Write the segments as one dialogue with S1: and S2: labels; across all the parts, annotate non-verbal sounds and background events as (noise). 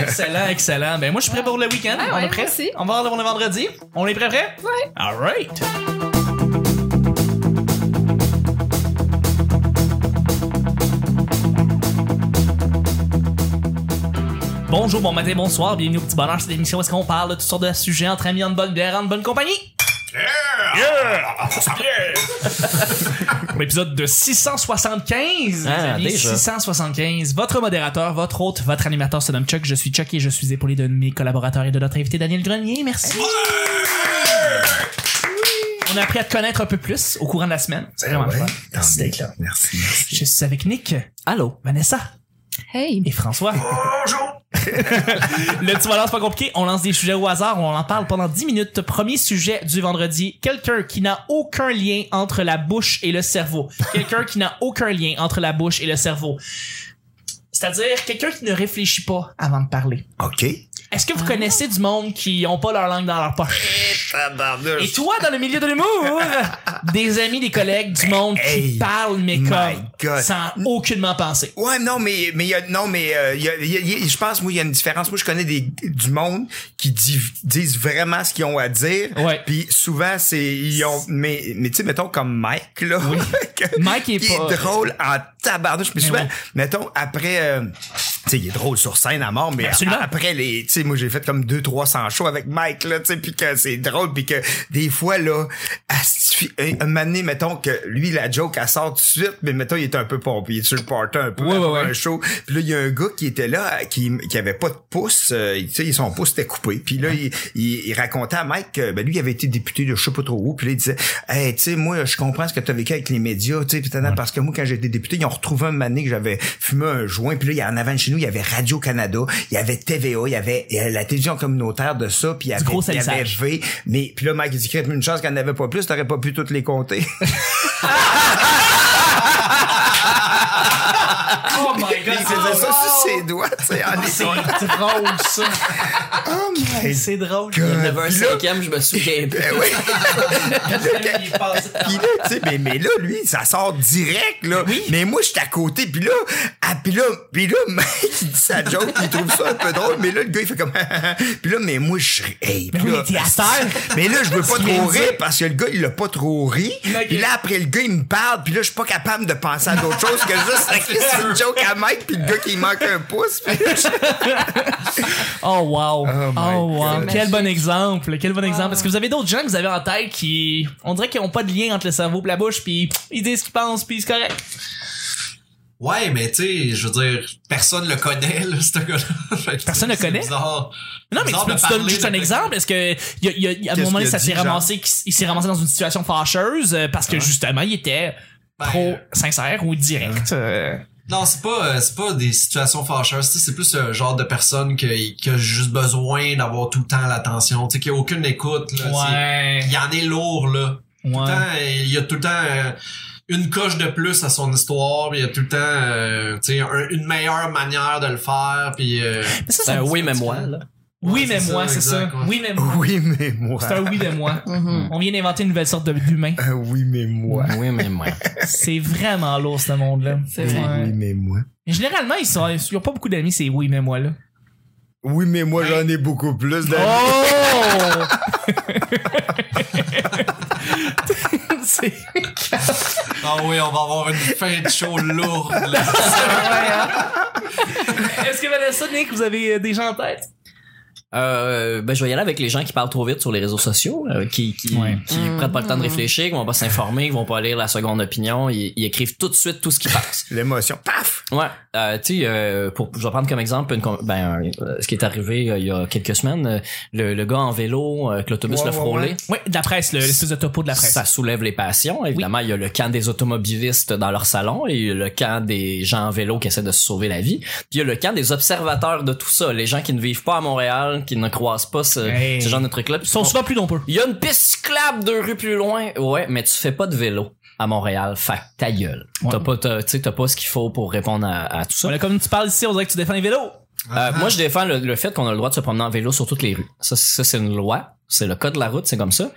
S1: Excellent, excellent. Ben moi je suis prêt pour le week-end.
S2: Ah
S1: on
S2: ouais,
S1: est prêt.
S2: moi aussi.
S1: On va voir le vendredi. On est prêt prêt?
S2: Ouais.
S1: All right. Bonjour, bon matin, bonsoir, bienvenue au petit bonheur, cette émission où est-ce qu'on parle de toutes sortes de sujets entre amis, en bonne bière, en bonne compagnie. Pour l'épisode de 675, les
S3: Ah,
S1: amis,
S3: déjà.
S1: 675. Votre modérateur, votre hôte, votre animateur se nomme Chuck. Je suis Chuck et je suis épaulé de mes collaborateurs et de notre invité Daniel Grenier. Merci. On a appris à te connaître un peu plus au courant de la semaine. C'est vraiment le
S4: Ah Ouais,
S1: fun.
S4: tant
S1: Merci
S4: mieux.
S1: d'être là.
S4: Merci, merci.
S1: Je suis avec Nick,
S3: Allô?
S1: Vanessa
S2: Hey.
S1: et François. (laughs) Le petit volant, c'est pas compliqué. On lance des sujets au hasard. On en parle pendant 10 minutes. Premier sujet du vendredi. Quelqu'un qui n'a aucun lien entre la bouche et le cerveau. Quelqu'un qui n'a aucun lien entre la bouche et le cerveau. C'est-à-dire quelqu'un qui ne réfléchit pas avant de parler.
S4: OK.
S1: Est-ce que vous connaissez du monde qui ont pas leur langue dans leur poche? Et toi, dans le milieu de l'humour, des amis, des collègues du monde qui
S4: hey,
S1: parlent, mais
S4: my
S1: comme,
S4: God.
S1: sans aucunement penser.
S4: Ouais, non, mais, mais, il y a- non, mais, euh, il y a- il y a- il y a- je pense, moi, il y a une différence. Moi, je connais des, du monde qui dit- disent vraiment ce qu'ils ont à dire.
S1: Ouais.
S4: Puis souvent, c'est, ils ont, mais, mais tu sais, mettons comme Mike, là. (laughs) que-
S1: Mike est
S4: qui
S1: pas-
S4: drôle en tabarnouche. Puis
S1: Mais
S4: souvent,
S1: oui.
S4: mettons, après, euh, tu sais, il est drôle sur scène à mort, mais
S1: Absolument.
S4: a- après les, tu sais, moi, j'ai fait comme deux, trois cents shows avec Mike, là, tu sais, puis que c'est drôle, puis que des fois, là, asti- un un moment donné, mettons que lui, la joke, elle sort tout de suite, mais mettons, il est un peu pompé, il est sur le party un peu
S1: Ouais,
S4: après
S1: ouais, ouais.
S4: un show. Puis là, il y a un gars qui était là, euh, qui, qui avait pas de pouce, euh, tu sais, son pouce était coupé. Puis là, il, il, il racontait à Mike que, ben, lui, il avait été député de je sais pas trop où, puis là, il disait, hey, tu sais, moi, je comprends ce que t'as vécu avec les médias, tu sais, puis t'en as- parce que moi, quand j'étais député, ils ont retrouvé un mané que j'avais fumé un joint, puis là, il y a- en avant de chez nous, il y avait Radio-Canada, il y avait TVA, il y avait euh, la télévision communautaire de ça, puis il y avait,
S1: gros
S4: il y avait
S1: salissage.
S4: V, mais, puis là, Mike, il dit, Crête, une chance qu'il n'y en avait pas plus, t'aurais pas pu toutes les compter. (laughs)
S1: Oh my
S4: il faisait ça sur ses doigts, tu sais, en
S1: Ah, C'est drôle, ça. Ah,
S4: Oh my
S1: C'est drôle.
S4: God.
S3: Il y en avait un
S4: Puis là-
S3: cinquième, je me souviens plus.
S4: (laughs) Ben oui.
S1: Il est passé.
S4: Puis là, tu sais, mais, mais là, lui, ça sort direct, là. Mais moi, j'étais à côté, puis là, ah, puis là, puis là, (laughs) mec, il dit sa joke, puis il trouve ça un peu drôle, mais là, le gars, il fait comme, (laughs) puis là, mais moi, je ris. Hey,
S1: Mais
S4: puis
S1: Ben oui,
S4: là,
S1: il était à terre.
S4: (laughs) mais là, je veux pas
S1: Tu viens
S4: trop
S1: de dire.
S4: rire, parce que le gars, il l'a pas trop ri.
S1: Ok.
S4: Puis là, après, le gars, il me parle, puis là, je suis pas capable de penser à d'autres choses que juste,
S1: (laughs)
S4: Ah, Chris, c'est une joke à Mike, puis le gars qui manque un pouce, puis là, je-
S1: Oh wow. Oh,
S4: my
S1: wow.
S4: God.
S1: Quel bon exemple. Quel bon exemple.
S2: Wow.
S1: Est-ce que vous avez d'autres gens que vous avez en tête qui, on dirait qu'ils ont pas de lien entre le cerveau et la bouche, puis ils disent ce qu'ils pensent, puis c'est correct.
S5: Ouais, mais tu sais, je veux dire, personne le connaît, là, ce gars-là. (laughs) Fait que
S1: Personne
S5: c'est-
S1: le
S5: c'est
S1: connaît?
S5: bizarre.
S1: Non, mais
S5: Bizarre
S1: tu peux
S5: de
S1: tu donnes
S5: parler
S1: juste
S5: de-
S1: un exemple. Est-ce que, il y a- il y a- à un
S4: Qu'est-ce
S1: moment donné,
S4: qu'il
S1: ça
S4: a
S1: s'est
S4: dit, genre?
S1: ramassé, qu'il- il s'est ramassé dans une situation fâcheuse euh, parce que justement, il était
S5: Ben,
S1: trop
S5: euh,
S1: sincère ou direct. euh.
S5: Non, c'est pas, euh, c'est pas des situations fâcheuses. tu sais, C'est plus le genre de personne qui, qui a juste besoin d'avoir tout le temps l'attention, tu sais, qui a aucune écoute. Là, tu sais. Il en est lourd, là. Tout le
S1: Ouais.
S5: temps, il y a tout le temps euh, une coche de plus à son histoire. puis Il y a tout le temps euh, tu sais, un- une meilleure manière de le faire. Puis,
S1: (laughs)
S5: euh,
S1: Mais ça, c'est
S3: Ben
S1: un-
S3: oui, mais moi, là.
S1: Oui,
S5: Ouais,
S1: mais
S5: c'est
S1: moi,
S5: ça,
S1: c'est ça.
S5: exact, ouais.
S1: Oui, mais moi.
S4: oui, mais moi.
S1: C'est un oui de moi. On vient d'inventer une nouvelle sorte de- d'humain.
S4: Ah, (laughs) oui, mais moi.
S3: Oui,
S4: (laughs)
S3: mais moi.
S1: C'est vraiment lourd, ce monde-là.
S2: C'est vrai.
S1: Ouais.
S4: Oui, mais moi.
S1: Mais Généralement, ils sont, ils ont pas beaucoup d'amis, c'est oui, mais moi, là.
S4: Oui, mais moi, j'en ai beaucoup plus
S1: (laughs)
S4: d'amis.
S1: Oh! c'est
S5: ah oui, on va avoir une fin de show lourde. là.
S1: Ah hein? Est-ce que Vanessa, Nick, vous avez euh, des gens en tête?
S3: Euh, ben, je vais y aller avec les gens qui parlent trop vite sur les réseaux sociaux, euh, qui, qui,
S1: Ouais.
S3: qui prennent pas le temps de réfléchir, qui vont pas s'informer, qui vont pas lire la seconde opinion. Ils, ils écrivent tout de suite tout ce
S4: (laughs)
S3: qui passe.
S4: L'émotion. Paf!
S3: Ouais, euh, tu sais, euh, pour je vais prendre comme exemple une, com- ben euh, ce qui est arrivé euh, il y a quelques semaines, euh, le, le gars en vélo euh, que l'autobus
S4: Ouais,
S3: l'a
S4: ouais,
S3: frôlé.
S4: ouais.
S1: Oui, de la presse, le- l'espèce de topo de la presse.
S3: Ça soulève les passions. Évidemment, il y a le camp des automobilistes dans leur salon et il y a le camp des gens en vélo qui essaient de se sauver la vie. Puis il y a le camp des observateurs de tout ça, les gens qui ne vivent pas à Montréal, qui ne croisent pas ce,
S1: Hey.
S3: ce genre de truc-là. Puis
S1: Ils sont
S3: bon,
S1: souvent plus nombreux.
S3: Il y a une piste cyclable deux rues plus loin. Ouais, mais tu fais pas de vélo à Montréal. Fait que ta gueule.
S1: Ouais.
S3: T'as pas, t'as- tu sais, t'as pas ce qu'il faut pour répondre à, à tout ça.
S1: Voilà, comme tu parles ici, on dirait que tu défends les vélos.
S3: Euh, moi, je défends le, le fait qu'on a le droit de se promener en vélo sur toutes les rues. Ça, ça c'est une loi. C'est le code de la route, c'est comme ça.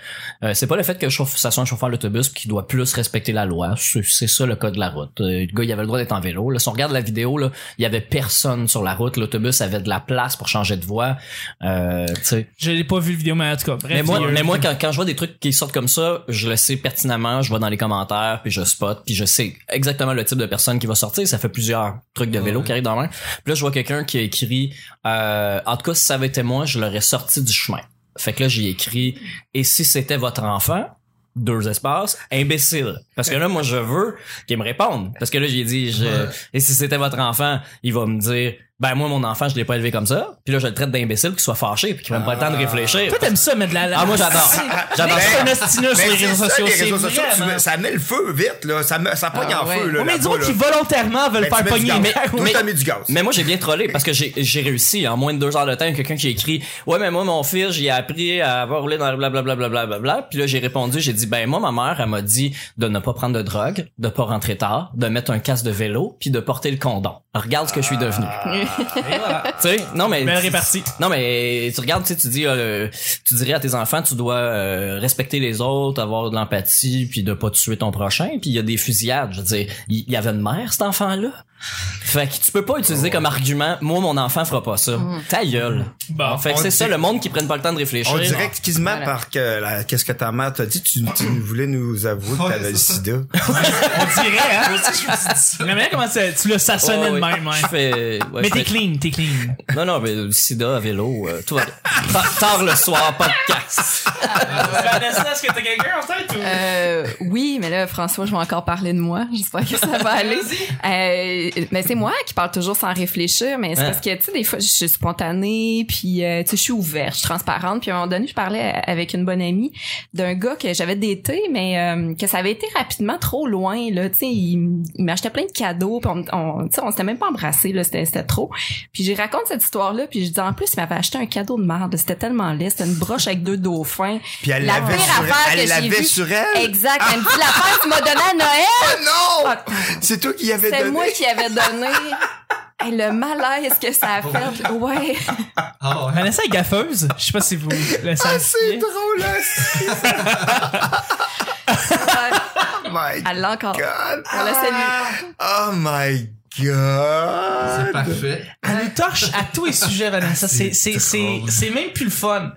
S3: Euh, c'est pas le fait que le chauffe- ça soit un chauffeur d'autobus qui doit plus respecter la loi. C'est c'est ça le code de la route. Euh, le gars, il avait le droit d'être en vélo. Là, si on regarde la vidéo, là, il y avait personne sur la route. L'autobus avait de la place pour changer de voie. Euh, tu sais.
S1: Je l'ai pas vu le vidéo, mais en tout cas, bref. euh,
S3: Mais moi,
S1: il y a eu-
S3: mais moi quand, quand je vois des trucs qui sortent comme ça, je le sais pertinemment, je vois dans les commentaires, puis je spot, puis je sais exactement le type de personne qui va sortir. Ça fait plusieurs trucs de vélo
S5: Ouais.
S3: qui arrivent dans la main. Puis là, je vois quelqu'un qui a écrit, euh, en tout cas, si ça avait été moi, je l'aurais sorti du chemin. Fait que là, j'ai écrit, et si c'était votre enfant? Deux espaces, imbécile. Parce que là, moi, je veux qu'il me réponde. Parce que là, j'ai dit, je,
S5: Ouais.
S3: et si c'était votre enfant, il va me dire, ben, moi, mon enfant, je l'ai pas élevé comme ça. Puis là, je le traite d'imbécile, qu'il soit fâché, puis qu'il prenne pas le temps de réfléchir.
S1: Toi, t'aimes ça, mais de la. la-
S3: Ah, moi, j'adore. J'adore
S1: C'est
S3: ça.
S1: un ostineux sur
S4: Mais
S1: les
S4: c'est
S1: réseaux
S4: ça,
S1: sociaux.
S4: les
S1: c'est
S4: réseaux sociaux, tu
S1: vraiment-
S4: veux- ça met le feu vite, là. Ça, me- ça pogne en
S5: ouais.
S4: feu, là.
S1: Ouais, mais
S4: là-bas,
S1: dis-moi
S4: là.
S1: qu'ils volontairement veulent
S4: Ben, tu
S1: faire
S4: mets du
S1: pogner.
S4: gaz.
S1: Mais,
S4: Toi,
S1: mais-
S4: t'as mis du gaz.
S3: Mais moi, j'ai bien trollé parce que j'ai j'ai réussi. En moins de deux heures de temps, il y a quelqu'un qui a écrit Ouais, mais moi, mon fils, j'ai appris à avoir roulé dans le blablabla. blablabla, blablabla. Puis là, j'ai répondu J'ai dit, ben, moi, ma mère, elle m'a dit de ne pas prendre de drogue, de pas rentrer tard, de mettre un casque de vélo, puis de porter le condom. Regarde ce que je suis devenu.
S2: Euh,
S3: tu sais, non, mais.
S1: Belle répartie.
S3: Non, mais tu regardes, tu sais, tu dis, euh, tu dirais à tes enfants, tu dois euh, respecter les autres, avoir de l'empathie, puis de pas tuer ton prochain. Puis il y a des fusillades. Je veux dire, il il y avait une mère, cet enfant-là. Fait que tu peux pas utiliser comme argument, moi, mon enfant fera pas ça.
S2: Mm.
S3: Ta gueule.
S1: Bon.
S3: fait que
S4: on
S3: c'est
S4: dit-
S3: ça, le monde qui prenne pas le temps de réfléchir.
S4: On dirait excuse-moi
S2: Voilà.
S4: par que la- qu'est-ce que ta mère t'a dit, tu, tu voulais nous avouer que
S5: Ouais,
S4: t'avais le
S5: c'est ça.
S4: sida.
S1: On dirait, hein.
S4: (laughs)
S5: Moi aussi, je me suis dit ça.
S1: La manière comment ça- tu le
S3: Ouais,
S1: sonnait de
S3: ouais.
S1: même, ouais.
S3: Je fais, ouais,
S1: Mais
S3: je
S1: t'es
S3: fais-
S1: clean, t'es clean.
S3: Non, non, mais le sida à vélo, euh, tout va bien. Ta- Tard le soir, podcast.
S1: Vanessa, est-ce que t'as quelqu'un en tête ou?
S2: Euh, oui, mais là, François, je vais encore parler de moi. J'espère que ça va aller. Euh, mais c'est moi qui parle toujours sans réfléchir, mais c'est
S3: Hein?
S2: parce que, tu sais, des fois, je suis spontanée, puis, euh, tu sais, je suis ouverte, je suis transparente. Puis à un moment donné, je parlais avec une bonne amie d'un gars que j'avais daté, mais euh, que ça avait été rapidement trop loin, là. Tu sais, il, m- il m'achetait plein de cadeaux, puis on, m- on, tu sais, on s'était même pas embrassés, là. C'était c'était trop. Puis j'ai raconte cette histoire-là, puis je dis, en plus, il m'avait acheté un cadeau de merde. C'était tellement laid. C'était une broche avec deux dauphins.
S4: Puis elle
S2: La
S4: l'avait
S2: pire
S4: sur
S2: affaire
S4: elle.
S2: que
S4: Elle
S2: j'ai
S4: l'avait
S2: vue.
S4: sur elle.
S2: Exact. Elle me dit la paire que tu m'as donnée à Noël.
S4: Ah, (laughs) non!
S2: Ah,
S4: C'est toi qui y avais
S2: C'est
S4: donné.
S2: moi qui avais donné. Hey, le malaise que ça a fait. Ouais.
S5: Ah ouais.
S1: Vanessa est gaffeuse. Je sais pas si vous le
S4: Ah,
S1: savez.
S4: c'est drôle, hein?
S2: (laughs)
S4: Oh my
S2: Elle l'a encore.
S4: God.
S2: On la salue.
S4: Oh my
S5: C'est
S4: God.
S5: parfait.
S1: Elle nous torche à tous les sujets, Vanessa. C'est, c'est, c'est,
S5: drôle.
S1: c'est même plus le fun.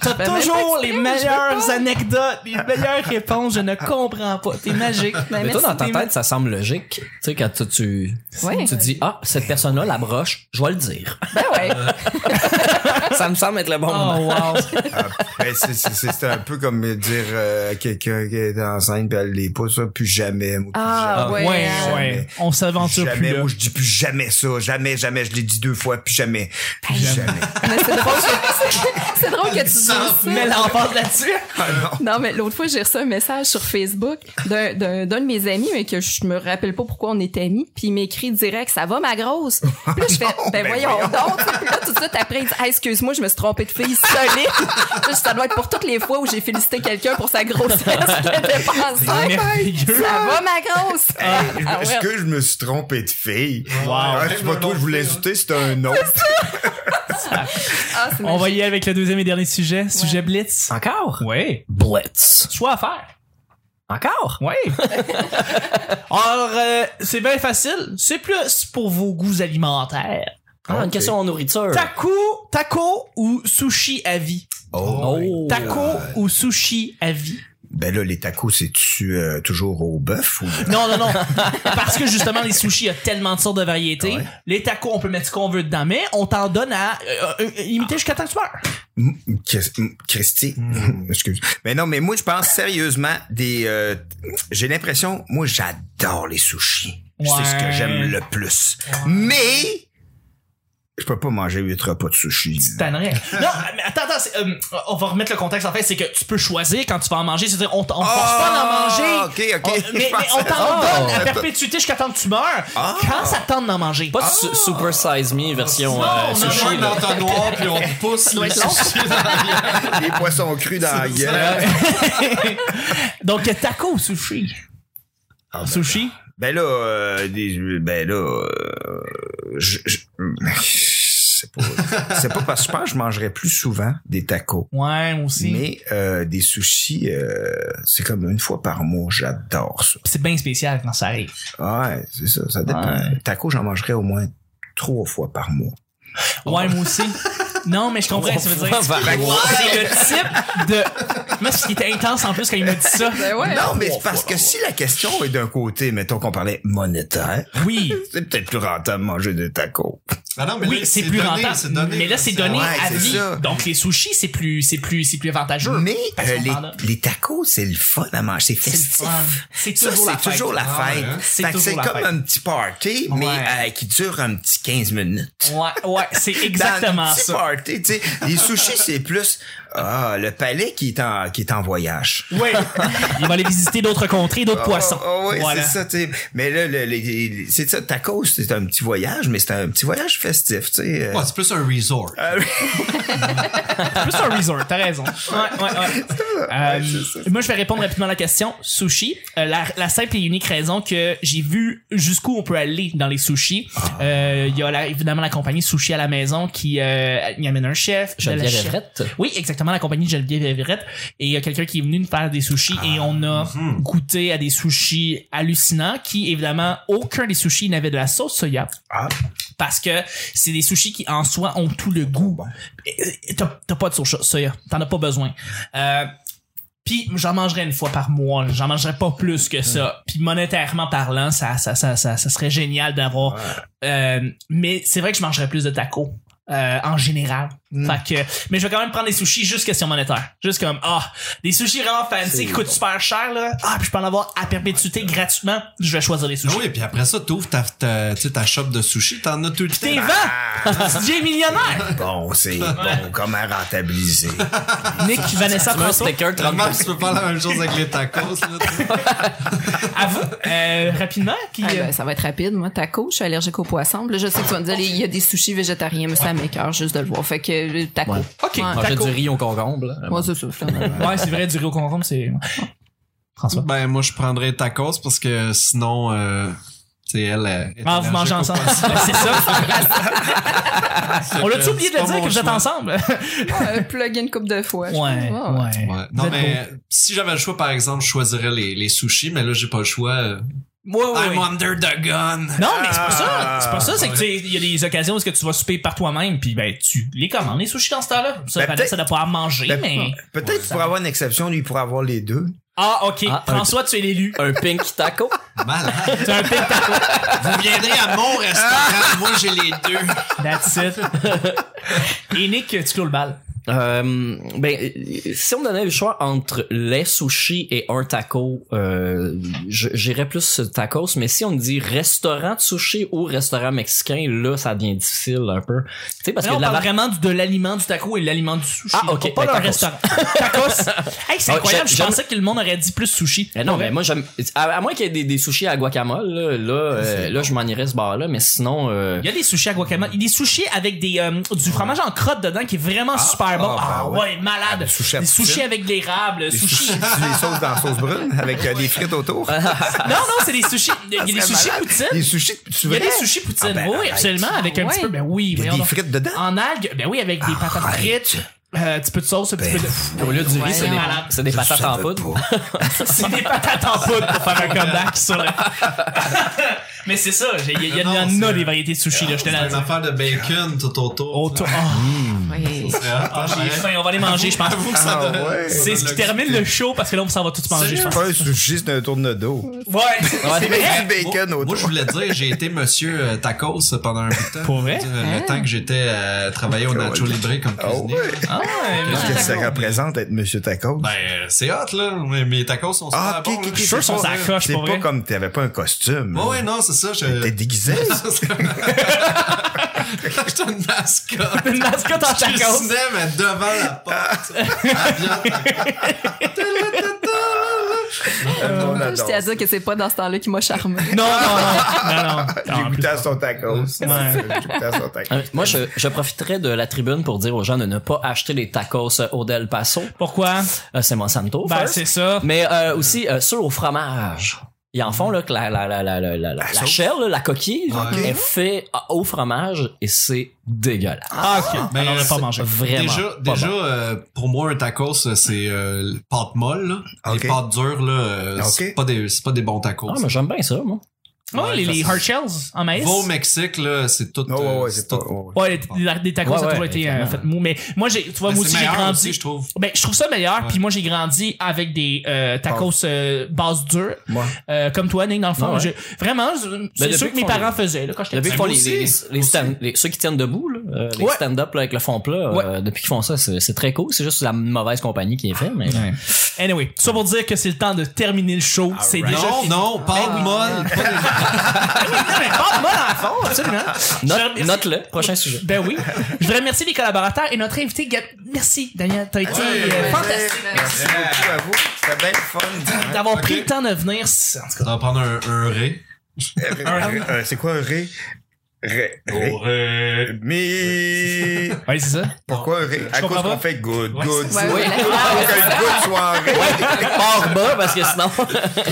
S1: T'as
S2: Ben,
S1: toujours les
S2: même pas expliquer, je
S1: meilleures
S2: veux pas.
S1: anecdotes, les meilleures réponses. Je ne comprends pas. T'es magique.
S3: Mais toi,
S2: merci,
S3: dans ta
S1: t'es-
S3: tête, ça semble logique. Tu sais, quand tu, tu,
S2: Ouais.
S3: tu dis, ah, cette personne-là, la broche, je vais le dire.
S2: Ben ouais.
S3: (laughs) ça me semble être le bon
S1: Oh,
S3: moment.
S1: wow.
S4: Ah, ben, c'est- c'est c'est un peu comme dire euh, à quelqu'un qui est enceinte puis elle l'est pas, ça, plus jamais. moi, plus
S2: Ah
S4: jamais.
S2: ouais.
S1: ouais,
S2: hein.
S1: ouais. On s'aventure plus
S4: Jamais,
S1: là.
S4: moi je dis plus jamais ça, jamais, jamais, je l'ai dit deux fois, plus jamais, plus jamais.
S2: Mais c'est drôle. que- C'est drôle que tu dises
S5: Ça
S2: ça.
S1: Mais là, on parle (laughs) là-dessus.
S4: Ah, non.
S2: Non, mais l'autre fois, j'ai reçu un message sur Facebook d'un, d'un, d'un de mes amis, mais que je me rappelle pas pourquoi on était amis, puis il m'écrit direct, ça va ma grosse? Puis là, je fais, ben,
S4: ben
S2: voyons,
S4: voyons.
S2: donc. Puis là, tout de suite après, il dit, Ah, excuse-moi, je me suis trompée de fille solide. Là, je dis, ça doit être pour toutes les fois où j'ai félicité quelqu'un pour sa grossesse qu'elle était pas enceinte.
S1: Merveilleux.
S2: Ça va ma grosse?
S4: Hey, je-
S2: (laughs) Ah
S4: Est-ce
S2: ouais.
S4: que je me suis trompé de fille?
S5: Wow.
S4: Ah, c'est pas toi, je voulais insulter, c'était un autre.
S2: Ah, c'est
S1: On va
S2: magique.
S1: y aller avec le deuxième et dernier sujet. Sujet Blitz.
S3: Encore?
S1: Ouais.
S3: Blitz.
S1: Choix à faire.
S3: Encore?
S1: Oui. (laughs) Alors, euh, c'est bien facile. C'est plus pour vos goûts alimentaires.
S3: Ah,
S4: Ok.
S3: une question en nourriture.
S1: Taco, taco ou sushi à vie?
S4: Oh.
S3: Oh.
S1: Taco ou sushi à vie?
S4: Ben là, les tacos, c'est-tu euh, toujours au bœuf ou...
S1: Non, non, non. Parce que justement, les sushis, il y a tellement de sortes de variétés. Les tacos, on peut mettre ce qu'on veut dedans, mais on t'en donne à euh, euh, imiter jusqu'à temps que tu meurs.
S4: Mm, Chris- mm, Christy,
S1: Mm.
S4: (laughs) excuse. Mais non, mais moi, je pense sérieusement des. euh, J'ai l'impression, moi, j'adore les sushis.
S1: Ouais.
S4: C'est ce que j'aime le plus. Mais je peux pas manger huit repas de sushis.
S1: Tu tannerais. Non, mais attends, attends. c'est, euh, on va remettre le contexte en fait. C'est que tu peux choisir quand tu vas en manger. C'est-à-dire, on t- on te force pas d'en manger.
S4: Ah, Ok, ok.
S1: On- mais,
S4: Je
S1: mais
S4: pensais-
S1: on t'en donne à
S4: Oh.
S1: perpétuité jusqu'à temps que tu meurs.
S4: Ah.
S1: Quand ça te tente d'en manger.
S3: Pas su- Super Size Me version
S1: Non,
S3: euh,
S1: non,
S5: On
S3: sushi.
S5: se met
S1: non.
S3: là.
S5: dans ton noir puis on te pousse les sushis dans la gueule.
S4: Les poissons crus dans la gueule.
S1: (laughs) Donc, taco ou sushi?
S4: Ah, ben,
S1: sushi?
S4: Ben là, euh, des- ben là, euh, je, je- je sais pas. c'est pas parce que je pense que je mangerais plus souvent des tacos.
S1: Ouais, moi aussi.
S4: Mais euh, des sushis, euh, c'est comme une fois par mois, j'adore ça.
S1: C'est bien spécial quand ça arrive.
S4: Ouais, c'est ça, ça dépend.
S1: Ouais.
S4: Tacos, j'en mangerais au moins trois fois par mois.
S1: Ouais, moi aussi. Non, mais je comprends, ça veut dire. C'est le type de. Moi, ce qui était intense en plus quand il m'a dit ça.
S2: Ben ouais.
S4: non, mais c'est parce que si la question est d'un côté, mettons qu'on parlait monétaire,
S1: Oui.
S4: c'est peut-être plus rentable de manger des tacos.
S5: Ah non, mais
S1: Oui,
S5: là,
S1: c'est plus
S5: donné, c'est
S1: rentable.
S5: donné,
S1: mais là, c'est donné
S4: Ouais,
S1: à
S4: c'est
S1: vie.
S4: ça.
S1: Donc, les sushis, c'est plus, c'est plus, c'est plus avantageux.
S4: Mais
S1: Parce
S4: euh,
S1: qu'on
S4: les,
S1: parle-
S4: les tacos, c'est le fun à manger, c'est
S1: hein. c'est le
S4: festif.
S1: fun. C'est
S4: Ça,
S1: toujours la
S4: c'est
S1: fête.
S4: toujours la
S5: Ah,
S4: fête.
S5: ouais, hein?
S1: C'est
S4: Fait que
S1: toujours
S4: C'est
S1: la
S4: comme
S1: fête.
S4: un petit party, mais
S1: Ouais.
S4: euh, qui dure un petit 15 minutes.
S1: Ouais, ouais, c'est
S4: Dans
S1: exactement
S4: un petit
S1: ça.
S4: party, tu sais, les sushis, c'est plus ah, le palais qui est en, qui est en voyage.
S1: Oui. Il va aller visiter d'autres contrées, d'autres poissons.
S4: Oh, oh, oui,
S1: voilà.
S4: c'est ça, tu sais. Mais là, le- les- les- c'est ça, tacos, c'est un petit voyage, mais c'est un petit voyage festif, tu sais. euh.
S5: Ouais, c'est plus un resort.
S4: Euh,
S1: C'est plus un resort, t'as raison. Ouais, ouais, ouais. Euh, moi, je vais répondre rapidement à la question. Sushi. Euh, la, la simple et unique raison que j'ai vu jusqu'où on peut aller dans les sushis.
S4: Ah.
S1: Euh, Il y a la- évidemment la compagnie Sushi à la maison qui euh, y amène un chef.
S3: Geneviève
S1: La chef-
S3: Everett.
S1: Oui, exactement, la compagnie de Geneviève Everett. Et il y a quelqu'un qui est venu nous faire des sushis et on a goûté à des sushis hallucinants qui, évidemment, aucun des sushis n'avait de la sauce soya
S4: ah,
S1: parce que c'est des sushis qui en soi ont tout le goût. Et- et T'as t'as pas de sauce soya, t'en as pas besoin. Euh, puis j'en mangerais une fois par mois, là. j'en mangerais pas plus que ça. Puis monétairement parlant, ça ça ça ça, ça serait génial d'avoir. Euh, mais c'est vrai que je mangerais plus de tacos. euh, en général. Fait que, mais je vais quand même prendre des sushis juste question monétaire. Juste comme, ah, des sushis vraiment fancy qui coûtent super cher, là. Ah, puis je peux en avoir à perpétuité gratuitement. Je vais choisir les
S5: Ah
S1: sushis.
S5: oui, puis après ça, t'ouvres ta, ta, tu sais, ta shop de sushi, t'en as tout le
S1: T'es
S5: temps.
S1: vent! (laughs) tu deviens millionnaire!
S4: ah. (laughs) bon, c'est bon, comment rentabiliser.
S1: Nick, Vanessa,
S3: Un
S1: François,
S3: sticker
S5: Vraiment,
S3: 30
S5: tu peux pas la même chose avec les tacos. Là, tu sais.
S1: à vous, euh, rapidement. Qui,
S2: Ah,
S1: euh,
S2: ben, ça va être rapide, moi, taco, je suis allergique aux poissons. Là, je sais que tu vas me dire, il y a des sushis végétariens, mais ça m'écoeure juste de le voir. Fait que euh, taco.
S3: Ouais.
S1: Ok.
S2: Ouais.
S3: Manger
S1: Taco.
S3: du riz au concombre. là.
S2: Moi, c'est ça, finalement.
S1: euh, Ouais, c'est vrai, du Rio Concombre, c'est. François.
S5: ben, moi, je prendrais tacos parce que sinon, euh, tu sais, elle. elle est
S1: Ah, vous
S5: allergique
S1: mangez
S5: au
S1: ensemble.
S5: poisson.
S1: Ben, c'est ça. (laughs) On l'a-tu
S5: C'est
S1: oublié de
S5: pas
S1: le dire
S5: mon
S1: que vous êtes
S5: choix.
S1: ensemble?
S2: (laughs) Ouais, plug une coupe de fois. je
S1: Ouais,
S2: pense. Ouais, ouais.
S1: ouais.
S5: Ouais.
S1: Vous
S5: Non,
S1: êtes
S5: mais si j'avais le choix, par exemple, je choisirais les, les sushis, mais là, j'ai pas le choix. euh,
S1: beaux. Ouais, ouais,
S5: I'm
S1: ouais.
S5: under the gun.
S1: Non, mais c'est pas ça.
S4: Ah.
S1: C'est pas ça. C'est que tu sais, il y a des occasions où est-ce que tu vas souper par toi-même, puis ben, tu les commandes, les sushis dans ce temps-là. Ça,
S4: Ben,
S1: Vanessa
S4: peut-être-
S1: doit pouvoir manger,
S4: Ben,
S1: mais.
S4: Peut-être qu'il pourrait avoir une exception, lui, il pourrait avoir les
S1: (laughs)
S4: deux.
S1: Ah, ok.
S3: Ah, un-
S1: François, tu es l'élu. (laughs)
S3: Un pink taco. (laughs)
S5: Malade.
S1: Tu as un pic
S5: Vous viendrez à mon (laughs) restaurant. Moi, j'ai les deux.
S1: That's it. Et Nick, tu clôt le bal.
S3: Euh, ben, euh, si on me donnait le choix entre les sushis et un taco, euh, je- j'irais plus tacos, mais si on me dit restaurant de sushi ou restaurant mexicain, là, ça devient difficile un peu. Tu sais, parce
S1: Là,
S3: que
S1: on
S3: de la
S1: parle
S3: variété-
S1: vraiment du- de l'aliment du taco et de l'aliment du sushi.
S3: Ah, ok.
S1: On parle
S3: Ben,
S1: d'un
S3: tacos.
S1: restaurant. tacos. (laughs) Oh, Hey, c'est
S3: Ah,
S1: incroyable.
S3: j'aime-
S1: Je
S3: j'aime-
S1: pensais que le monde aurait dit plus sushi.
S3: Eh non,
S1: Pour
S3: mais
S1: vrai.
S3: moi, j'aime, à, à moins qu'il y ait des, des sushis à guacamole, là, là, euh, là, je m'en irais ce bar-là, mais sinon, euh,
S1: Il y a des sushis à guacamole. Il y a des sushis avec des, euh, du fromage en crotte dedans qui est vraiment super bon. Ah,
S4: ah,
S1: ouais.
S4: ouais.
S1: malade.
S4: Des sushis à
S1: des sushis
S4: poutine.
S1: avec de l'érable.
S4: Les
S1: Sushis.
S4: sushis, tu les sauces dans la sauce brune avec euh, des frites autour.
S1: non, non, c'est des (laughs) sushis. Ah, Il y a des
S4: C'est
S1: sushis
S4: malade.
S1: poutine.
S4: Les sushis, tu
S1: Il y a
S4: veux
S1: des sushis poutine.
S4: Ah, ben,
S1: oui,
S4: arrête.
S1: absolument. Avec un
S2: Ah,
S1: petit peu.
S2: ouais.
S1: Ben oui,
S4: Il y a
S1: voyons
S4: des
S1: donc.
S4: frites dedans.
S1: En algues. Ben oui, avec des patates
S4: Arrête.
S1: frites. Euh, un petit peu de sauce, un petit peu de...
S3: au lieu du riz, c'est des,
S1: malade.
S3: c'est des
S4: Je
S3: patates en
S4: savais
S3: poudre.
S4: pas.
S1: C'est des patates en poudre pour faire un comeback sur le... (laughs) Mais c'est ça, j'ai- il y, a- il y en a-
S5: Non,
S1: il y en a
S5: c'est-
S1: des variétés de sushis, là, je te
S5: C'est une
S1: l'annonce.
S5: affaire de bacon tout autour.
S1: Oh, toi- oh,
S5: Ah,
S1: j'ai faim, on va aller manger, je pense.
S5: J'avoue que ça
S4: Ah,
S5: donne-
S4: ouais.
S5: ça
S1: C'est
S5: donne
S1: ce qui
S5: le-
S1: termine le show parce que là, on s'en va tous manger, je
S4: C'est
S1: pense.
S4: pas un sushi, c'est un tourne-dos.
S1: Ouais, c'est
S4: C'est
S1: vrai.
S4: du bacon
S5: Moi,
S4: autour.
S5: je voulais dire, j'ai été monsieur euh, tacos pendant un bout de temps.
S1: Pour vrai?
S5: Euh, Le temps que j'étais euh, travaillé au Nacho Libre comme
S4: Oh,
S5: cuisinier.
S4: ouais.
S1: Ah, ouais.
S4: Qu'est-ce que ça représente être Monsieur Tacos?
S5: Ben, euh, c'est hot, là. Mais Mes tacos sont super
S4: Ah, ok,
S5: bons.
S4: ok,
S5: là.
S4: ok,
S5: Je suis
S1: sûr
S5: sûr
S1: qu'ils sont
S5: qu'on-
S1: ça accroche,
S4: C'est
S1: pour vrai.
S4: pas comme t'avais pas un costume.
S5: Ouais, ouais, non, c'est ça.
S4: T'es
S5: Je... (laughs)
S4: déguisé.
S5: J'étais une mascotte.
S1: Une mascotte en
S5: Je
S1: tacos.
S5: dessinais, mais devant la porte.
S4: Ah.
S5: La viande
S4: On
S2: Je
S4: adore.
S2: t'ai à dire que c'est pas dans ce temps-là qui
S1: (laughs)
S2: m'a charmé.
S1: Non, non, non. Non, Ah, non.
S4: J'ai goûté à son tacos. J'ai goûté à son tacos.
S1: Ah,
S3: Euh, moi, je, je profiterais de la tribune pour dire aux gens de ne pas acheter les tacos euh, au Del Paso.
S1: Pourquoi?
S3: Euh, c'est Monsanto.
S1: Ben,
S3: first.
S1: c'est ça.
S3: Mais euh, aussi euh, ceux au fromage. Ils en font là que la la la la la la, la
S4: sauce.
S3: chair, là, la coquille,
S5: Ouais.
S3: est faite au fromage et c'est dégueulasse.
S1: Ah, ok.
S5: Mais
S1: Mais on n'a pas
S5: c'est-
S1: mangé.
S3: Vraiment.
S5: Déjà,
S3: pas
S5: déjà
S3: bon.
S5: euh, pour moi, un tacos, euh, c'est euh, le pâte molle. Là.
S4: Ok.
S5: Les pâtes dures, là, euh, c'est
S4: Ok.
S5: pas des c'est pas des bons tacos.
S3: Ah, mais j'aime bien ça, moi.
S1: Ouais, les, les
S5: parce-
S1: hard shells en maïs.
S5: Va au Mexique, là, c'est tout.
S4: Non, ouais,
S5: euh,
S4: ouais, c'est pas.
S5: tout-
S4: ouais, ouais.
S1: Ouais, les, les- les tacos,
S3: Ouais,
S1: ça a toujours
S3: ouais,
S1: été
S3: évidemment.
S1: euh, fait mou. Mais moi, j'ai, tu vois,
S5: Mais
S1: moi
S5: c'est
S1: aussi, j'ai
S5: meilleur
S1: grandi.
S5: aussi, je trouve.
S1: Ben, je trouve ça meilleur.
S5: Ouais.
S1: Puis moi, j'ai grandi avec des euh, tacos euh, base dure,
S4: Ouais.
S1: euh, comme toi, Nick, dans le fond.
S3: Ouais, ouais.
S1: Je- vraiment,
S5: Ben,
S1: je- c'est
S3: depuis
S1: ceux que
S3: qu'ils
S1: mes
S3: font
S1: parents
S3: les-
S1: faisaient. Là, quand j'étais
S3: Depuis qu'ils
S1: petit.
S3: font les,
S5: Aussi,
S3: les, les stand- les- ceux qui tiennent debout, là, euh, les
S1: Ouais.
S3: stand-up là, avec le fond plat, euh, depuis qu'ils font ça, c'est c'est très cool. C'est juste la mauvaise compagnie qui est faite, mais
S1: Anyway, tout ça pour dire que c'est le temps de terminer le show. C'est déjà
S5: Non,
S1: fini.
S5: non, pâte molle. pas des-
S1: Mais parle-moi dans le fond, absolument. Je
S3: note-
S1: remercie-
S3: note-le.
S1: (laughs)
S3: Prochain sujet.
S1: Ben oui. Je voudrais remercier les collaborateurs et notre invité. Gab- Merci, Daniel. T'as été
S5: Ouais,
S1: euh,
S5: ouais.
S1: fantastique
S4: Merci beaucoup à vous. C'était bien le fun.
S1: (laughs) d'avoir
S5: Ok.
S1: pris le temps de venir. C'est- en tout cas,
S5: On va prendre un, un ré.
S4: Euh, C'est quoi un ré? Ré. Ré.
S5: ré.
S4: Mais.
S1: Ouais, c'est ça.
S4: Pourquoi un ré? À
S1: comprends
S4: cause
S1: pas.
S4: qu'on fait good,
S1: Ouais,
S4: good.
S2: Ouais,
S4: good.
S2: ouais,
S4: Faut que le good soit en ré.
S3: Par bas, parce que sinon. (laughs)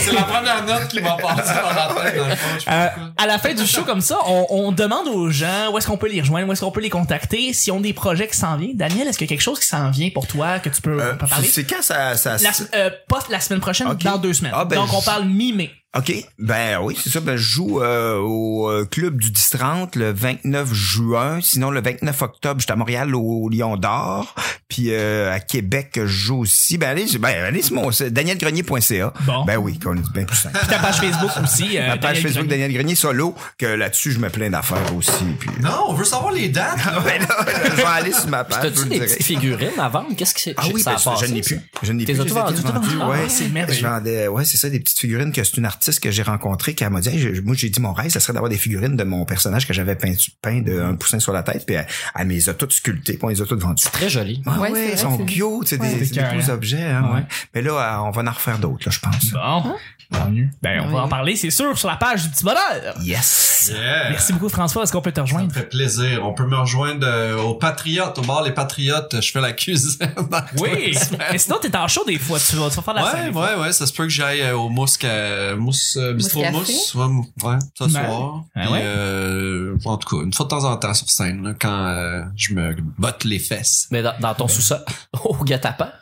S5: C'est la première note qui m'a passé dans la tête, dans le fond. Je sais
S1: Euh,
S5: pas pourquoi.
S1: à la fin du show comme ça, on, on demande aux gens où est-ce qu'on peut les rejoindre, où est-ce qu'on peut les contacter, si ont des projets qui s'en viennent. Daniel, est-ce qu'il y a quelque chose qui s'en vient pour toi que tu peux
S4: Euh,
S1: pas parler?
S4: C'est quand ça. ça
S1: La, se- euh, pas la semaine prochaine,
S4: Ok.
S1: dans deux semaines.
S4: Ah, ben,
S1: Donc on
S4: je-
S1: parle mi-mai.
S4: OK. Ben oui, c'est ça. Ben, je joue euh, au euh, club du 10-30 le 29 juin. Sinon, le 29 octobre, j'étais à Montréal au Lion d'Or. Puis euh, à Québec, je joue aussi. Ben allez, ben, allez sur mon c'est danielgrenier.ca.
S1: Bon.
S4: Ben oui, qu'on est bien plus simple.
S1: Puis ta page Facebook aussi. euh,
S4: Ah, Ma page
S1: Daniel
S4: Facebook
S1: Grenier.
S4: Daniel Grenier solo, que là-dessus, je me plains d'affaires aussi. Puis... (laughs)
S5: Non, on veut savoir les dates. là.
S4: Ben là, je vais aller sur ma page, je
S3: T'as-tu
S4: vous
S3: des
S4: dirai.
S3: petites figurines à vendre? Qu'est-ce que c'est?
S4: Ah oui,
S3: ça
S4: ben,
S3: a
S4: ça, je
S3: passé,
S4: n'ai
S3: ça?
S4: plus. Je n'ai
S3: T'es
S4: plus. je les ai
S3: auto-vendues,
S4: tous
S3: t'as
S4: vendus,
S3: vendu? Ah
S4: ouais.
S3: ouais,
S1: c'est merveilleux.
S4: Je vendais, ouais, c'est ça, des petites figurines que c'est une artiste que j'ai rencontrée qui elle m'a dit, Hey, je- moi, j'ai dit mon rêve, ça serait d'avoir des figurines de mon personnage que j'avais peint, peint de un poussin sur la tête, puis elle, elle me les a toutes sculptées, puis on les a toutes vendues.
S3: Très joli.
S4: Ah
S2: Ouais,
S4: ouais,
S2: c'est vrai,
S4: ils sont
S2: c'est-
S4: cute, c'est
S1: Ouais,
S4: des,
S1: c'est
S4: c'est des
S1: carré,
S4: beaux
S1: hein.
S4: objets, hein,
S1: Ouais.
S4: ouais. Mais là, euh, on va en refaire d'autres, là, je pense.
S1: Bon. Tant mieux. Ben, on va
S2: Hein? Oui.
S1: en parler, c'est sûr, sur la page du petit bonheur.
S4: Euh. Yes!
S5: Yeah.
S1: (laughs) Merci beaucoup, François. Est-ce qu'on peut te
S5: Ça me
S1: rejoindre?
S5: fait plaisir. On peut me rejoindre euh, aux Patriotes, au bar Les Patriotes. Je fais la cuisine. (laughs)
S1: Oui. (laughs) Mais sinon, t'es en show des fois. Tu vas, tu vas faire de la
S5: Ouais,
S1: scène.
S5: ouais, ouais, ça se peut que j'aille euh, au Mousque, euh, mousse, euh, bistrot
S2: Café.
S5: mousse, ouais, mou- ouais, ce
S1: Ben,
S5: soir.
S1: ah
S5: Puis,
S1: ouais.
S5: euh, en tout cas, une fois de temps en temps sur scène, là, quand euh, je me botte les fesses.
S3: Mais dans, dans ton sous-sol, (laughs) au guet-apens.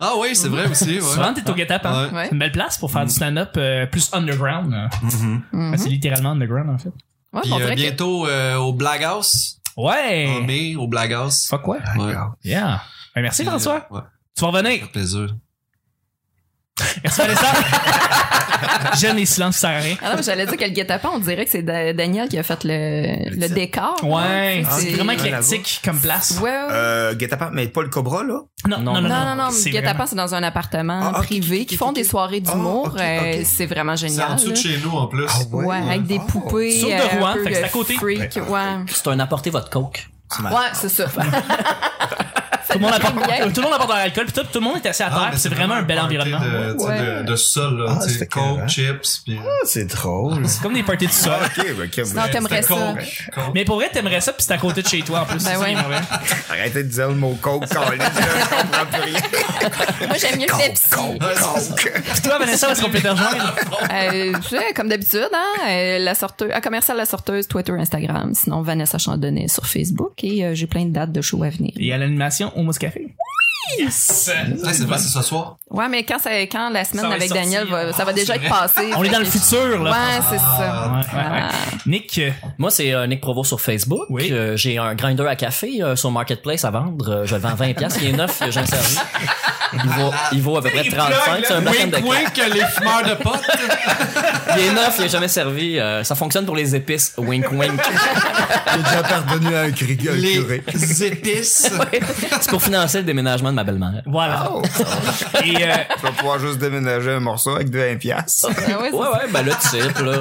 S5: Ah oui, c'est vrai aussi, ouais.
S1: Souvent, t'es au guet-apens.
S5: Ouais.
S2: Ouais.
S1: C'est une belle place pour faire du stand-up euh, plus underground.
S5: Mhm.
S2: Mhm.
S1: Ah, C'est littéralement underground, en fait.
S2: Ouais,
S5: Puis
S2: on
S5: euh,
S2: dirait que-
S5: bientôt euh, au Black House, en
S1: Ouais.
S5: mai, au Black House.
S1: Eh. Fuck ouais.
S5: Ouais.
S1: Yeah. Ben, merci,
S5: Puis, euh,
S1: François.
S5: Ouais,
S1: Tu vas revenir.
S5: avec plaisir.
S1: Merci, Vanessa. J'aime les silences qui servent à rien.
S2: Ah non, mais j'allais dire que le guet-apens, on dirait que c'est Da- Daniel qui a fait le, le décor.
S1: Ouais.
S2: hein.
S1: C'est
S2: C'est-
S1: vraiment
S4: Ah,
S1: éclectique comme place.
S2: Ouais, ouais.
S4: Euh, guet-apens, mais pas le cobra, là?
S1: Non, non, non.
S2: Non, non, non,
S1: C'est
S2: le guet-apens, c'est dans un appartement
S4: Ah, ok,
S2: privé
S4: ok,
S2: qui
S4: ok,
S2: font
S4: ok.
S2: des soirées d'humour.
S4: Ah, ok,
S2: euh,
S4: ok.
S2: C'est vraiment
S5: C'est en
S2: génial.
S5: dessous de
S2: là.
S5: chez nous, en plus.
S2: Ouais, avec des
S4: Ah.
S2: poupées.
S1: Sur de
S2: euh, un
S1: Rouen,
S2: peu
S1: fait que c'est
S2: de
S1: à côté.
S2: Freak, ouais.
S3: C'est un apporter votre coke.
S4: ben.
S2: Ouais, c'est ça.
S1: Tout le monde apporte,
S2: bien.
S1: tout le monde apporte de l'alcool, puis tout, tout le monde est assis à
S5: Ah,
S1: terre,
S5: mais
S1: puis c'est vraiment un bel
S5: party
S1: environnement.
S5: De, tu sais,
S2: Ouais.
S5: de, de sol, là,
S4: Ah,
S5: tu sais,
S4: c'était
S5: Coke,
S4: écœurant.
S5: chips, puis... euh,
S4: Ah, c'est
S2: (laughs)
S4: drôle.
S1: C'est comme des parties de sol.
S4: Ah, ok, ben, ok,
S2: Non,
S4: ben,
S2: t'aimerais
S5: C'était
S2: ça.
S5: Coke, Coke.
S1: Mais pour vrai, t'aimerais ça, puis c'est à côté de chez toi, en plus.
S2: Ben
S1: C'est ça qui est
S2: ouais.
S1: mauvais.
S4: Arrêtez de dire le mot coke, Colin, je comprends plus rien.
S2: Moi, j'aime mieux le Pepsi.
S5: Ouais, c'est ça.
S1: Puis toi, Vanessa, est-ce qu'on peut te rejoindre?
S2: Euh, tu sais, comme d'habitude, hein, euh, la sorteuse, à commercial la sorteuse, Twitter, Instagram. Sinon, Vanessa Chandonnet sur Facebook et euh, j'ai plein de dates de shows à venir.
S1: Et à l'animation au Mousse Café. Yes!
S5: Ouais, c'est vrai, c'est ce soir.
S2: Ouais, mais quand, ça, quand la semaine
S1: Ça va
S2: avec
S1: être sorti,
S2: Daniel, va,
S1: hein.
S2: ça va déjà être passé.
S1: On est dans le futur,
S2: Ouais,
S1: là. Ah,
S2: c'est ça.
S1: Ouais, ouais, ouais. Nick, euh,
S3: Moi, c'est euh, Nick Provo sur Facebook.
S1: Oui.
S3: Euh, j'ai un grinder à café euh, sur Marketplace à vendre. Euh, je le vends 20$. piastres. Il est neuf, j'ai un servi. Il vaut, il vaut à peu près 35. C'est un baptême de
S5: Wink,
S3: crack.
S5: wink, les fumeurs de potes.
S3: (laughs) Il est neuf, il est jamais servi. Euh, ça fonctionne pour les épices. Wink, wink. (laughs)
S4: J'ai déjà pardonné à un, cri, un curé.
S5: les
S1: (laughs)
S5: épices.
S3: C'est pour financer le déménagement de ma belle-mère.
S1: voilà.
S4: Oh.
S1: Et euh,
S4: Tu vas pouvoir juste déménager un morceau avec 20 piastres.
S2: Ah ouais, c'est
S3: Ouais,
S2: ça.
S3: ouais, ben le type, là.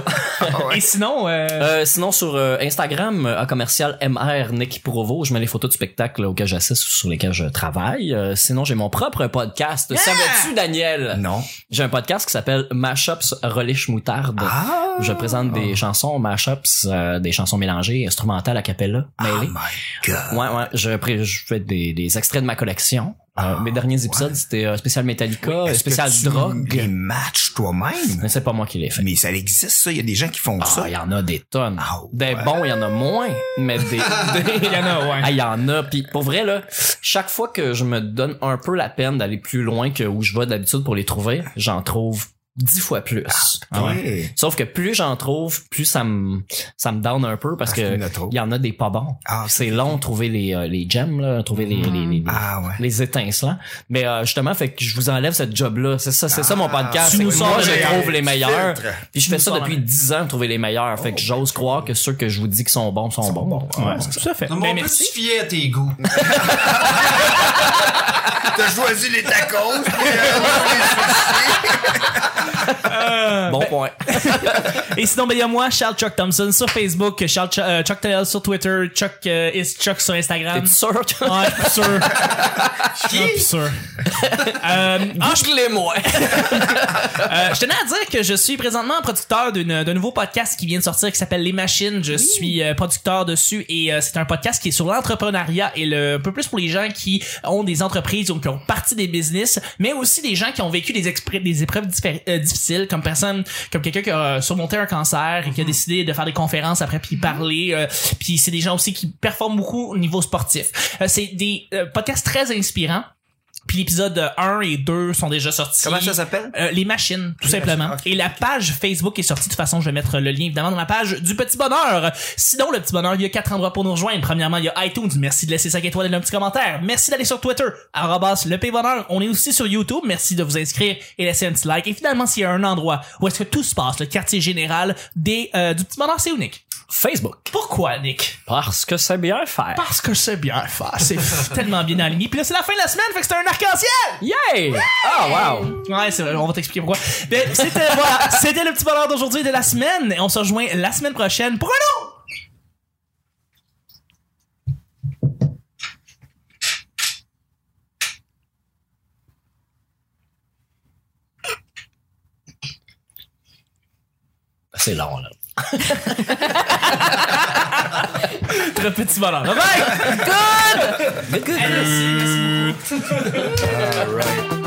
S1: et sinon, euh,
S3: Euh, sinon, sur euh, Instagram, euh, à commercial MR Nick Provo, je mets les photos de spectacles auxquels j'assiste ou sur lesquels je travaille. Euh, sinon, j'ai mon propre podcast. Savais-tu, Daniel?
S4: Non.
S3: J'ai un podcast qui s'appelle Mashups Relish Moutarde.
S4: Ah!
S3: où Je présente des chansons mashups, euh, des chansons mélangées, instrumentales, a cappella,
S4: Oh
S3: mêlées.
S4: my god.
S3: Ouais, ouais, je, pré- je fais des, des extraits de ma collection. Euh, mes derniers épisodes, c'était euh, spécial Metallica,
S4: Ah, Est-ce
S3: spécial
S4: que tu Les
S3: drogue.
S4: matchs toi-même.
S3: Mais c'est pas moi qui l'ai fait.
S4: Mais ça existe, ça. Il y a des gens qui font
S3: Ah, Ben,
S4: ça.
S3: il y en a des tonnes.
S4: Ah, ouais.
S3: Des bons, il y en a moins,
S4: (laughs)
S3: mais des, des-
S1: Il y en a, ouais.
S3: Ah, il y en a. Puis pour vrai, là, chaque fois que je me donne un peu la peine d'aller plus loin que où je vais d'habitude pour les trouver, j'en trouve dix fois plus. Ah ouais.
S4: Ouais.
S3: Sauf que plus j'en trouve, plus ça me ça me down un peu parce
S4: Parce qu'il
S3: que
S4: y en a trop.
S3: il y en a des pas bons.
S4: Ah,
S3: c'est long de trouver les euh, les gems là, trouver les les, les-
S4: Ah, ouais.
S3: les étincelants. Mais euh, justement, fait que je vous enlève cette job là. C'est ça, c'est ça mon podcast.
S1: Tu
S3: Ah, C'est
S1: nous
S3: que
S1: sors
S3: moi,
S1: le
S3: je
S1: meilleur.
S3: trouve les meilleurs.
S4: Filtre.
S3: Puis je fais
S1: nous
S3: ça
S1: sors
S3: depuis
S1: le
S3: 10 ans, trouver les meilleurs. Fait que j'ose croire que ceux que je vous dis qui sont bons Oh, sont, bons. Ouais.
S1: Tout à fait.
S5: Non, mais
S1: Ben,
S5: on peut
S1: merci. (laughs)
S5: se fier à tes goûts.
S4: T'as choisi les tacos. puis, euh,
S3: Bon point.
S1: Et sinon, ben, il y a moi, Charles Chuck Thompson sur Facebook, Charles Ch- euh, Chuck Taylor sur Twitter, Chuck euh, is Chuck sur Instagram.
S3: T'es sûr que... (laughs)
S1: Ouais, je suis (laughs) sûr. Je suis sûr. Euh, ah,
S3: moi
S1: euh, je tenais à dire que je suis présentement producteur d'une- d'un nouveau podcast qui vient de sortir qui s'appelle Les Machines. Je suis euh, producteur dessus et euh, c'est un podcast qui est sur l'entrepreneuriat et le un peu plus pour les gens qui ont des entreprises ou qui ont parti des business, mais aussi des gens qui ont vécu des, expré- des épreuves diffé- euh, difficiles, comme personne, comme quelqu'un qui a surmonté un cancer et qui a
S4: Mhm.
S1: décidé de faire des conférences après puis parler. euh, puis c'est des gens aussi qui performent beaucoup au niveau sportif. Euh, c'est des euh, podcasts très inspirants. Puis l'épisode 1 et 2 sont déjà sortis.
S4: Comment ça s'appelle?
S1: Euh, les machines, tout
S4: Les
S1: simplement.
S4: machines,
S1: Et
S4: ok.
S1: la page Facebook est sortie. De toute façon, je vais mettre le lien, évidemment, dans la page du Petit Bonheur. Sinon, le Petit Bonheur, il y a quatre endroits pour nous rejoindre. Premièrement, il y a iTunes. Merci de laisser 5 étoiles et un petit commentaire. Merci d'aller sur Twitter, arrobas le Petit Bonheur. On est aussi sur YouTube. Merci de vous inscrire et laisser un petit like. Et finalement, s'il y a un endroit où est-ce que tout se passe, le quartier général des, euh, du Petit Bonheur, c'est unique.
S3: Facebook.
S1: Pourquoi, Nick?
S3: Parce que c'est bien faire.
S1: Parce que c'est bien faire. C'est tellement bien aligné. Puis là, c'est la fin de la semaine, fait que c'est un arc-en-ciel!
S3: Yay! Ah, wow!
S1: Ouais, c'est vrai, on va t'expliquer pourquoi. Ben, c'était, voilà, c'était le petit bonheur d'aujourd'hui et de la semaine. Et on se rejoint la semaine prochaine pour un autre!
S3: C'est long, (laughs) là.
S1: Très petit bonheur. Bye bye!
S3: Good!
S1: Merci, merci beaucoup.
S4: All right.